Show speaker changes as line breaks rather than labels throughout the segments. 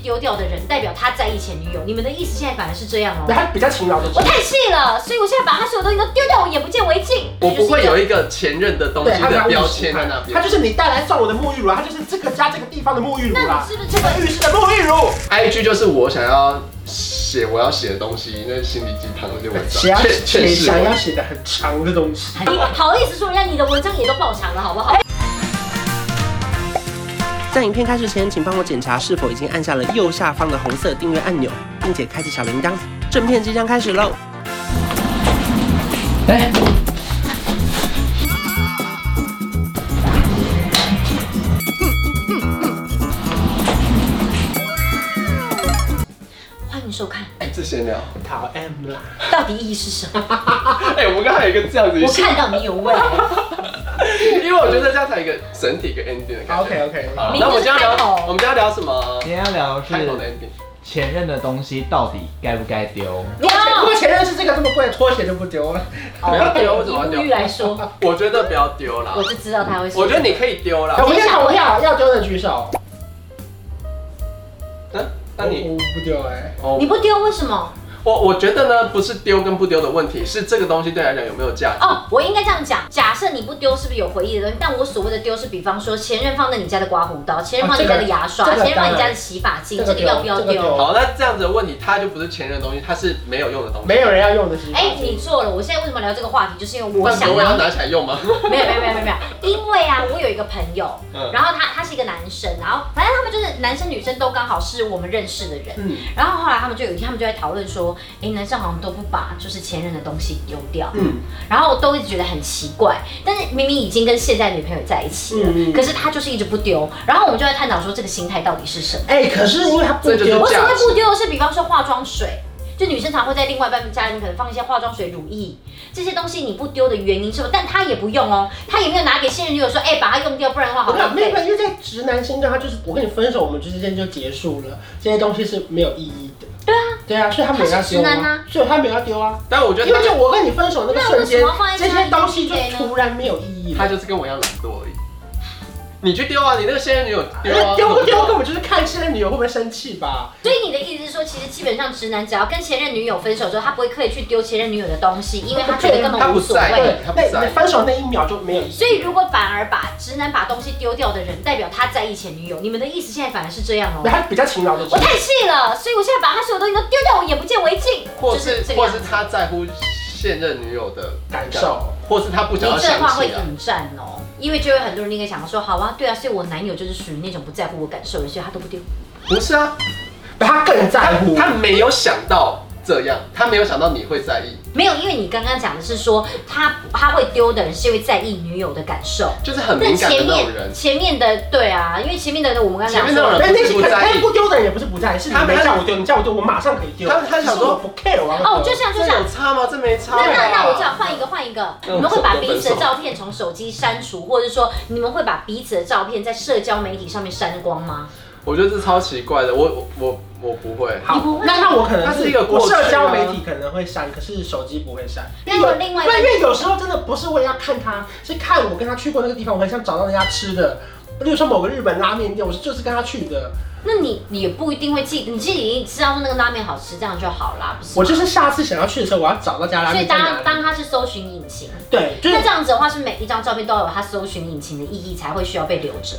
丢掉的人，代表他在意前女友。你们的意思现在反而是这样
那
哦。
他比较勤劳的
我，太细了，所以我现在把他所有东西都丢掉，我眼不见为净。
我不会有
一
一个前任的东
对，
西
他比较
的
务
标
实
签在那边。
他就是你带来送我的沐浴乳啊，他就是这个家这个地方的沐浴乳
那
啦
啊
你，是不是
这个浴室的沐浴乳。
IG 就是我想要写我要写的东西，那心灵鸡汤那些文
谁要
章，
写
劝劝世
想
文
要。写的很长的东西？
你好意思说人家你的文章也都爆长了，好 不好？
在影片开始前，请帮我检查是否已经按下了右下方的红色订阅按钮，并且开启小铃铛。正片即将开始喽！
欢迎收 看，
哎，这闲聊。
讨厌啦！
到底意义是什么？
哎，我们刚才有一个这样子，
我看到你有 问，
因为我觉得这样才有一个整体一个 ending 的感觉。
OK，OK
好
明明
那我们今
就是开
天要聊
头，
我们今天要聊什么？
今天要聊的
开头的
是
ending。
前任的东西到底该不该丢？
如果前如果前任是这个这么贵的拖鞋就不丢啊了，
不
哦
要丢我怎么
以沐
丢
浴来说，
我觉得不要丢啦
我，就知道他会说。
我觉得你可以丢啦
哎。我们先投票，要丢的举手。
那那你
我我不丢哎，
哦
你，不丢为什么？
我我觉得呢，不是丢跟不丢的问题，是这个东西对你来讲有没有价值。
哦，我应该这样讲。假设你不丢，是不是有回忆的东西？但我所谓的丢，是比方说前任放在你家的刮胡刀，前任放在你家的牙刷，
这个这个
前任放在你家的洗发精，
这
这
个
个要不要
这个
丢？
丢
好，那这样子的问题，它就不是前任的东西，它是没有用的东西。
没有人要用的是。
哎、你错了！我现在为什么聊这个话题，就是因为我
但
想
不我
要
要拿起来用吗？
没有没有没有没有没有，因为啊，我有一个朋友，
嗯
然后他他是一个男生，然后反正他们就是男生女生都刚好是我们认识的人，
嗯
然后后来他们就有一天他们就在讨论说，哎，男生好像都不把就是前任的东西丢掉，
嗯，
然后都一直觉得很奇怪，但是明明已经跟现在女朋友在一起了，
嗯
可是他就是一直不丢，然后我们就在探讨说这个心态到底是什么。
哎，可是因为他不
这就是
丢
我，
假
所谓不丢的是，比方说化妆水，就女生常会在另外一半家里面可能放一些化妆水、乳液这些东西，你不丢的原因是什么？但他也不用哦，他也没有拿给现任女友说，哎、把它用掉，不然的话好
我
浪
跟没有，
费。
因为在直男心中，他就是我跟你分手，我们之间就结束了，这些东西是没有意义的。
对啊，
对啊，所以他没有要
他是直
丢
男
啊
啊，
所以他没有要丢啊，
但我觉
因
得
为就
它
我跟你分手那个瞬间
那为什么放在，
这
家
些
里
东西就
面呢
突然没有意义
他
了。
就是跟我一样懒惰而已。你去丢啊，你那个现任女友丢啊，
丢不丢根本就是看现在女友会不会生气吧。
所以你的意思是说，其实基本上直男只要跟前任女友分手之后，他不会刻意去丢前任女友的东西，因为他觉得根
他
本
不
无所
在
谓
意。
对，
他不
那
在
你分手那一秒就没有意义。
所以，如果反而把直男把东西丢掉的人，代表他在意前女友。你们的意思现在反而是这样哦、
那他比较勤劳的
我太细了，所以我现在把他所有东西都丢掉，我眼不见为净。
或
就是这个
或
样
是
子
他在乎现任女友的
感受，
或是他不
你
想要
这
想
话会
起来。
引战哦，因为就有很多人应该想说，好啊，对啊，所以我男友就是属于那种不在乎我感受的，所以他都不丢。
不是啊，
他更在乎。
他没有想到这样，他没有想到你会在意，
没有，因为你刚刚讲的是说他他会丢的人是因为在意女友的感受，
就是很
但
敏感的
前
那种人
面。前面的对啊，因为前面的我们刚刚
前
讲
面那种
说，
人
但
不
那
是
些
不
可
在
他
意，
不丢的人也不是不在意，是你
他
没
没
叫我丢，你叫我丢，我马上可以丢。
他他想说
只是我不 care，我要丢
哦，就像就
这
像
有。差吗？这没差吧。
那那那我这样换一个换一个，
嗯
你们会把
手动
彼此的
分手
照片从手机删除，或者说你们会把彼此的照片在社交媒体上面删光吗？
我觉得这超奇怪的，我我我我不会。
你不
好
会，
那那我可能
它是一个过
我
去啊
社交媒体可能会删，可是手机不会删。
那有另外一个
对，因为有时候真的不是为了要看他，是看我跟他去过那个地方，我很想找到那家吃的。例如说某个日本拉面店，我是就是跟他去的，
那你你也不一定会记，你自己已经知道那个拉面好吃，这样就好啦，不是吗？
我就是下次想要去的时候，我要找到家拉
所以
面在哪
当
里。
当它是搜寻引擎，
对，就是
那这样子的话，是每一张照片都要有它搜寻引擎的意义，才会需要被留着。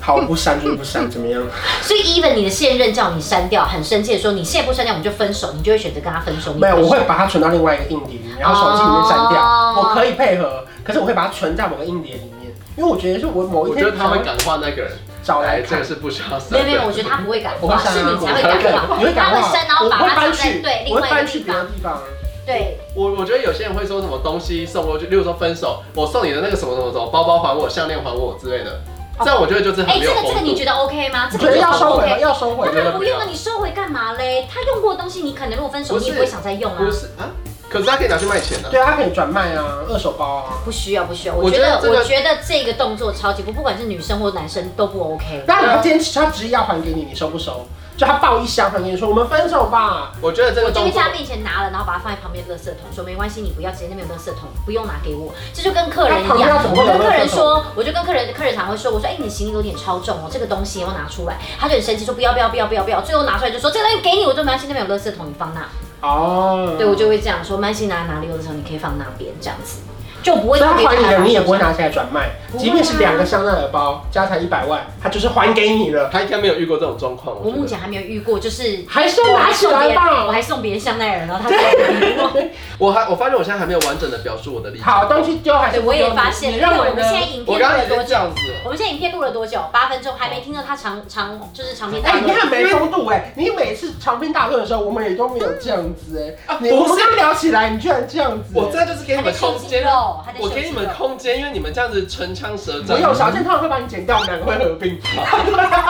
好我不删就是 不删，怎么样？
所以，even 你的现任叫你删掉，很生气的说你现在不删掉，我们就分手，你就会选择跟他分手。你
没有，
分
我
手
会把它存到另外一个硬碟里，然后手机里面删掉。
哦
我可以配合，可是我会把它存在某个硬碟里面，因为我觉得是我某一
我
天
觉得他会感化那个人。
找来
哎，这
看
个。是不需要删
没
的。
有没有，我觉得他不会感
我会
化，
删
是
啊，
你才会
我会
感
你
化。
会感
他
化，
会删，然后把
我会
它
搬
放在
去，
对另
我会
外
搬
一个
去
地
别的
方。啊
地方。啊
对，
我我觉得有些人会说什么东西送过去，例如说分手，我送你的那个什么什么什么包包还我，项链还我之类的，这样我觉得就是很
哎，
没
这
有
个
风
这个你
度。
觉得 OK 吗？这个
我觉得
你觉
要
得
收回了，
OK。
要收回
当
了。
然不用了，你收回干嘛嘞？他用过的东西，你可能如果分手，
不
你
是
也不会想再用啊
不。是啊，可是他可以拿去卖钱啊。
对啊，它可以转卖啊，二手包啊。
不需要，不需要。我
我
觉
觉
得
得，这个
我觉得这个动作超级不，不管是女生或男生都不管是女生都不 OK。
那他坚持，他执意要还给你，你收不收？就他抱一箱很严说我们分手吧，
我觉得这
我
个
就
动
会
作
在他面前拿了，然后把它放在旁边的垃圾桶，说没关系，你不要，直接那边有垃圾桶，不用拿给我。这就跟客人一
那旁边要
样，
怎么
我
会有
跟客人
垃圾桶
说，我就跟客人，客人常会说，我说，哎、你行李有点超重哦，这个东西要不要拿出来，他就很生气说不要不要不要不要不要，最后拿出来就说这个东西给你，我就没关系，那边有垃圾桶，你放那。
哦，
对，我就会这样说，没关系，拿哪里有垃圾桶，你可以放那边，这样子就不会
所以
特
他
别
还你
拿
了，
出
你也
来
不会拿起来转卖，
不会啊
即便是两个香奈儿包加起来一百万，他就是还给你了，
他应该没有遇过这种状况。
我
觉得
目前还没有遇过，就是
还是要
我还
拿起
送别
来
人，我
吧。
还送别人香奈儿，然后他说
我还我发现我现在还没有完整的表述我的立场。
好，东西丢还是
对，
不丢
我也发现
你
了，因
认
为
为
我们
呢
现？在影
我
片
刚
录
刚
了
已经
多
这
久？
样子了，
我们现在影片录了多久？八分钟还没听到他
哦
长长就是长篇大
哎，
论。
你看没风度哎！你每次长篇大论的时候，我们也都没有这样子哎。你我
啊不
们
是
刚聊起来，你居然这样子哎。
我这就是
还
给你
在
们
秀
空
肌
间，啊
肉，还在秀
我
肌
给你们
肉。
空间，因为你们这样子唇枪舌
不
战。
用，小倩他们会把你剪掉，我们两个会合并。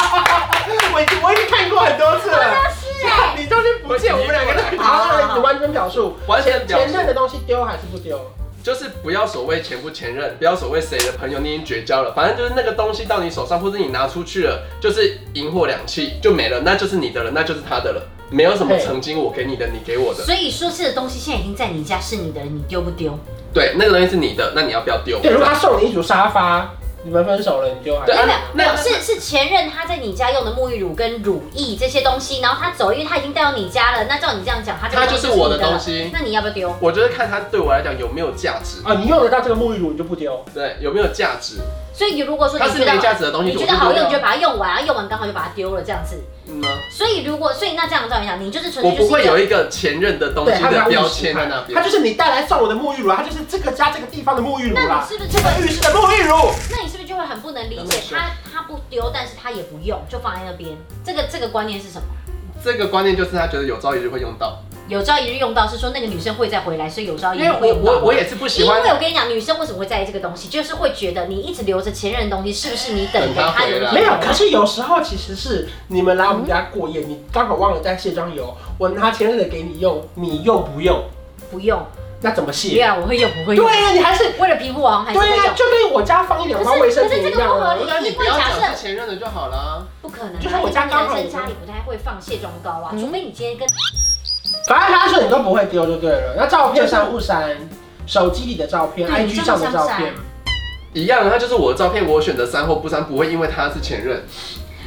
我已经我已经看过很多次了。
是哎，
你中间不见，我们两个都
好好好
好，你完全表述，
完全
前
表述
前任的东西丢还是不丢？
就是不要所谓前不前任，不要所谓谁的朋友，你已经绝交了。反正就是那个东西到你手上，或者你拿出去了，就是银货两讫就没了，那就是你的了，那就是他的了，没有什么
对
曾经我给你的，你给我的。
所以说是的东西现在已经在你家是你的，你丢不丢？
对，那个东西是你的，那你要不要丢？
对，如果他送你一组沙发，你们分手了，你丢还是
对
没
啊
有没有哎没有，
那
是是前任他在你家用的沐浴乳跟乳液这些东西，然后他走了，因为他已经带到你家了。那照你这样讲，他这个
它就是我的东西
你了那你要不要丢？
我觉得看它对我来讲有没有价值，
啊，你用得到这个沐浴乳你就不丢。
对，有没有价值？
所以如果说
它
你
是
觉
没
得
价值的东西，
你
我
觉
就
得好
不
用，
要
你就把它用完，然后用完刚好就把它丢了这样子。
嗯吗？
所以如果所以那这样照你讲，你就是纯
我
粹就
不
是
会
一
有
个
一个前任的东
对，
西
他
的
不要
标
务实
签在那边。
他就是你带来送我的沐浴乳啊，他就是这个家这个地方的沐浴乳
那
啦
啊
你，是不是
这
就
个
会
浴室的沐浴乳。
那你是不是就会很不能理
那
解
没事
他他不丢，但是他也不用，就放在那边？这个这个观念是什么？
这个观念就是他觉得有朝一日会用到，
有朝一日用到是说那个女生会再回来，所以有朝一
因
日
为
会
我
用到
我。我也是不喜
因为
欢
我跟你讲，女生为什么会在意这个东西，就是会觉得你一直留着前任的东西，是不是你等
等
着
他
他
回
有
来
一天
没有，可是有时候其实是你们来我们家过夜，你刚好忘了带卸妆油，我拿前任的给你用，你用不用？
不用？
那怎么
对
卸？
啊，我会用，我会
对
用。
呀，你还是
为了皮肤我好像还是会
对啊呀，
用，
就跟我家放一两包卫生
可是可
纸一
是这个
样
不合
啊
理。
我觉得你不要讲是前任的就好啦。
不可能啊。
就是我家刚
因
好
为男生家里不太会放卸妆膏啊，
嗯
除非你今天跟
反正他说你都不会丢就对了。那照片删不删？手机里的照片、
对你
IG 上的照片，
一样，他就是我的照片，我选择删或不删，不会因为他是前任，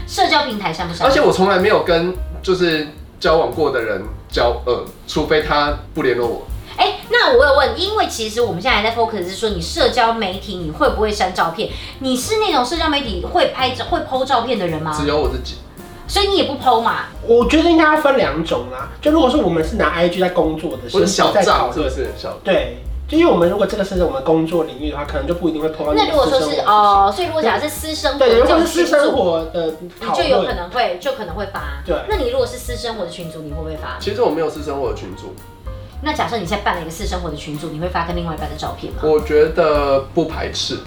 社交平台删不删？
而且我从来没有跟就是交往过的人交恶，除非他不联络我。
哎、那我有问，因为其实我们现在还在 focus 是说你社交媒体你会不会删照片？你是那种社交媒体会拍照会 PO 照片的人吗
只？有我自己，
所以你也不 PO 嘛？
我觉得应该要分两种啦。就如果说我们是拿 IG 在工作的时
我
候
是小
在
账
讨
是不
论，
是？小
对，就因为我们如果这个是我们工作领域的话，可能就不一定会碰到你的
那如果说
私
是
生活
哦，所以如果假设私生活
对，
这
如果
种
是私
群
生
组，
活的
你
讨
嗯就有可
论，
能会就可能会发。
对
那你如果是私生活的群组，你会不会发？
其实我没有私生活的群主，
那假设你现在办了一个私生活的群组，你会发跟另外一半的照片吗？
我觉得不排斥。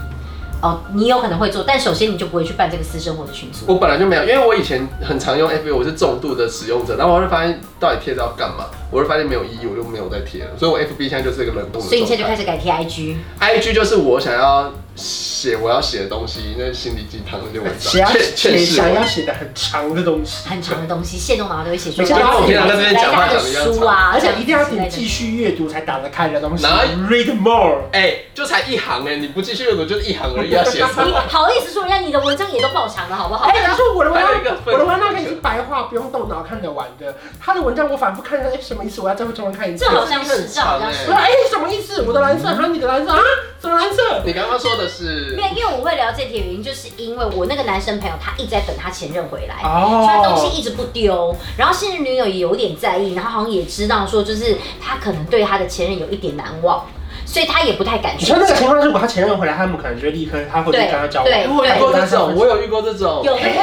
哦，你有可能会做，但首先你就不会去办这个私生活的群组。
我本来就没有，因为我以前很常用 FB，我是重度的使用者，然后我就发现到底贴着要干嘛，我就发现没有意义，我就没有再贴了，所以我 FB 现在就是一个冷冻的状态。
所以你现在就开始改贴 IG，
IG 就是我想要写我要写的东西，那是心理鸡汤那些文
想要
章，
写
世
想要写的很长的东西，
很长的东西，线动脑都会写出
每次都
来。
要我平
常在这边讲话
来
讲得一样
书啊，
而且一定要
这样
你
子
继续阅读才打得开的东西
哪
，read more。
哎、就才一行哎、你不继续阅读就是一行而已，要啊写什
你
么？
好意思说人家你的文章也都爆长了，好不好？
哎，可是 我的文
还有一个
章，
分
我的文章可以是白话，不用动脑看得完的。他的文章我反复看一下，哎，什么意思？我要再回中文看一次
这。好像是，这好像
我说
是。
哎，什么意思？我的蓝色，还有你的蓝色啊？什么蓝色？
你刚刚说的是
因为因为我会聊这题的原因，就是因为我那个男生朋友他一直在等他前任回来。哎所以他东西
哦，
一直不丢，然后现任女友也有点在意，然后好像也知道说，就是他可能对他的前任有一点难忘，所以他也不太敢
你
去
说
讲。
那个情况，如果他前任回来，他们可能就会立刻他会
对
跟他交往。
对
我有遇过这种，我有遇过这种，
有的人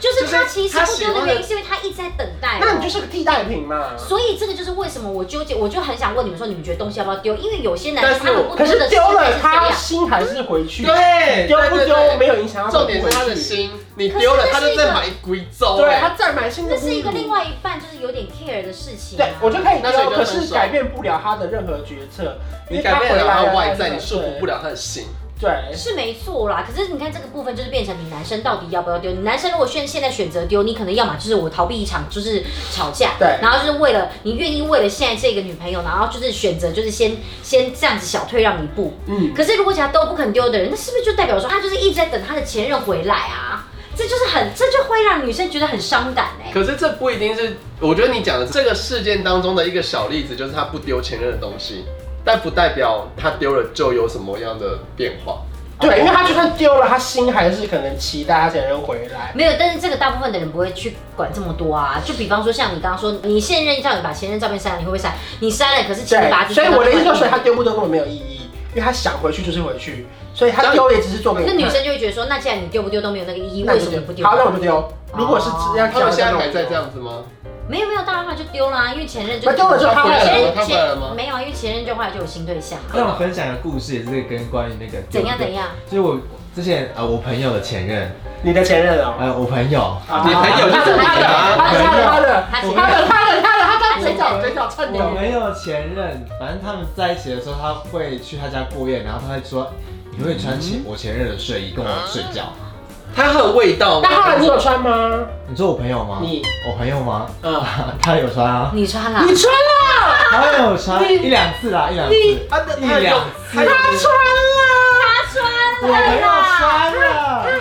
就是他其实不丢的原因，
就是他喜欢的
是因为他一直在等待。
那你就是个替代品嘛。
所以这个就是为什么我纠结，我就很想问你们说，你们觉得东西要不要丢？因为有些男
但
生
是
他们不
可
丢
是
的
丢
是
了
这
他
样
心还是回去，
对，
丢不
对
丢？
对
没有影响，
对
他
重点是他
回
的
去。
心，你丢了他就再买一归粥，
对他
哎
再买新的
这
沐浴乳，
是一个另外一半就是有点 care 的事情、啊
对。我就可以
那所
丢，
以就
可
分手
是改变不了他的任何决策，因
你
为他
改
回
变了
来
他
了
外在，你束缚不。了他的心。
对，
是没错啦，可是你看这个部分就是变成你男生到底要不要丢？你男生如果现现在选择丢，你可能要么就是我逃避一场就是吵架，
对
然后就是为了你愿意为了现在这个女朋友，然后就是选择就是先先这样子小退让一步。
嗯，
可是如果假如都不肯丢的人，那是不是就代表说他就是一直在等他的前任回来啊？这就是很，这就会让女生觉得很伤感哎、
可是这不一定是，我觉得你讲的这个事件当中的一个小例子，就是他不丢前任的东西，但不代表他丢了就有什么样的变化。
对，因为他就算丢了，他心还是可能期待他前任回来。
没有，但是这个大部分的人不会去管这么多啊。就比方说像你刚刚说，你现任叫你把前任照片删了，你会不会删？你删了，可是请你把它
对，
就
所以我的意思
丢
就
到另外
是，所以
一
他
边
丢不丢根本没有意义，因为他想回去就是回去，所以他丢也只是做给我
那
看。
女生就会觉得说，那既然你丢不丢都没有那个意义，
那
为
就
什么你
丢
不丢？
好，那我就丢。如果是这样，
哦他们现在还在这，样子吗？
没有没有，当然话就丢啦，因为前任就
那丢了就他回来
前任
了吗他回来了吗
前没有啊，因为前任就后来就有新对象啊，
那我分享的故事也是跟关于那个
怎样怎，样，
就是我之前呃我朋友的前任，
你的前任哦。
呃我朋友，
啊
你朋友
他
就是是
他
你
的，
啊
他的，他的，
他
我
前
他
任
的，他的，他的，他
他
刚
是
嘴角
我
嘴角蹭
我
你。
没有前任，反正他们在一起的时候，他会去他家过夜，然后他会说。你会穿前我前任的睡衣跟我睡觉？
他很有味道吗
那？后来你有穿吗？
你说我朋友吗？
你
我朋友吗？
嗯
他有穿啊，
你穿啦
你，穿啦，
他有穿一两次啦，一两次，
他的
一两次。
他
他
穿
我
穿
朋
了
友
啦，
穿了。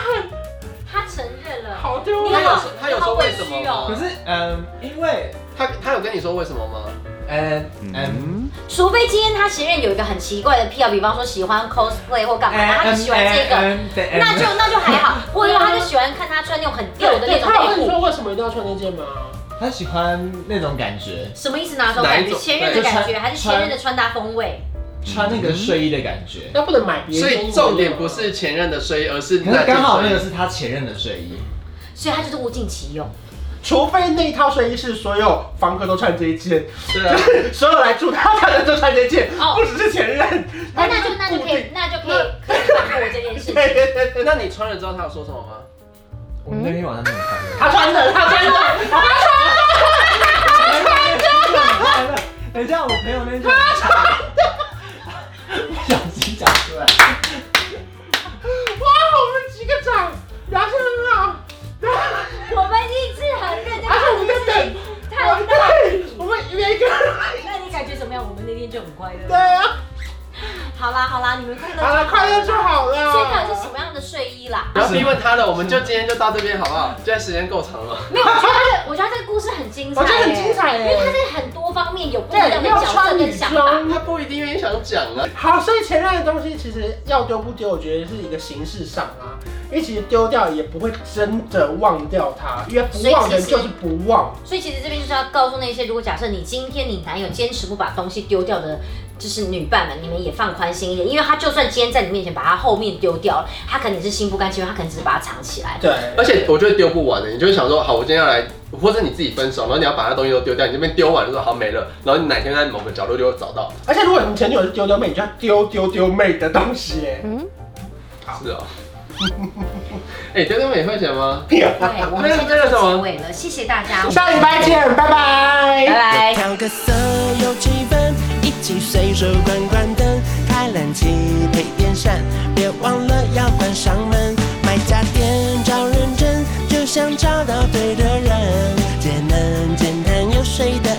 他承认了，
啦，好丢
你
脸。
好，
他有说为什么
你好
可
委屈哦
是，嗯，因为，
他他有跟你说为什么吗？
嗯嗯，
除非今天他前任有一个很奇怪的癖好，比方说喜欢 cosplay 或干嘛，
哎
他就喜欢这
嗯
个，
个
那就那就还好，或者说他就喜欢看他穿那种很
对
吊的
对，
那
他有
种
跟
内
你
裤，
说为什么一定要穿那件吗？
他喜欢那种感觉，
什么意思呢？那种
哪
感
一
觉，
种
前任的
对
感
就
觉，
穿
还是前任的穿搭风味？
穿那个睡衣的感觉。
那不能买别人
所
的衣
以
服。
重点不是前任的睡衣，而是
嗯
可是刚好那
件
个
睡衣
是他前任的睡衣，
所以他就是物尽其用。
除非那一套睡衣是所有房客都穿这一件，
对啊，
所有来住他家的都穿这件，
哦
不只是前任。
哎那那就那就可以，那就可以可以放过这件事情。
对对对，
那你穿了之后他有说什么吗？
我们那天晚上没有看到。
他穿 的，他穿的，
等一哎下，我朋友那天就不小心讲出来，
哇，我们几个掌，牙签很好。
我们一直很认真
而且我们在等，我
太
们
大。
对，我们每个人。
那你感觉怎么样？我们那天就很快乐。
对啊，
好啦好啦，你们快乐。
好了，快乐就。好了。
所以到底是什么样的睡衣啦？
不要逼问他了，我们就今天就到这边好不好？现在时间够长了。
没有，我觉得他的，我觉得他这个故事很精彩，
我觉得很精，彩
因为他
耶。
在很多方面有不一
对，
样
没
的
有
角色
穿
跟
女
想法。
装。
他不一定愿意想讲啊。
好，所以前任的东西其实要丢不丢，我觉得是一个形式上啊，因为其实丢掉也不会真的忘掉它，因为不忘人就是不忘。
所以其实这边就是要告诉那些，如果假设你今天你男友坚持不把东西丢掉的，就是女伴们，你们也放宽心一点，因为他就算今天在你面前把他后面丢掉了，他可能也是心不甘情不愿，他可能只是把它藏起来。
对，
而且我觉得丢不完的，你就会想说，好，我今天要来，或者你自己分手，然后你要把那东西都丢掉，你这边丢完就说好没了，然后你哪天在某个角落就会找到。
而且如果你前女友是丢丢妹，你就要丢丢丢妹的东西耶。
是哦。 哎，丢丢美会钱吗？
对，我们现在就结尾了，谢谢大家，
下礼拜见，拜拜
拜。拜。
调个色有气氛，一起随手关关灯，开冷气配电扇，别忘了要关上门。买家电找认真，就像找到对的人，简单简单又谁的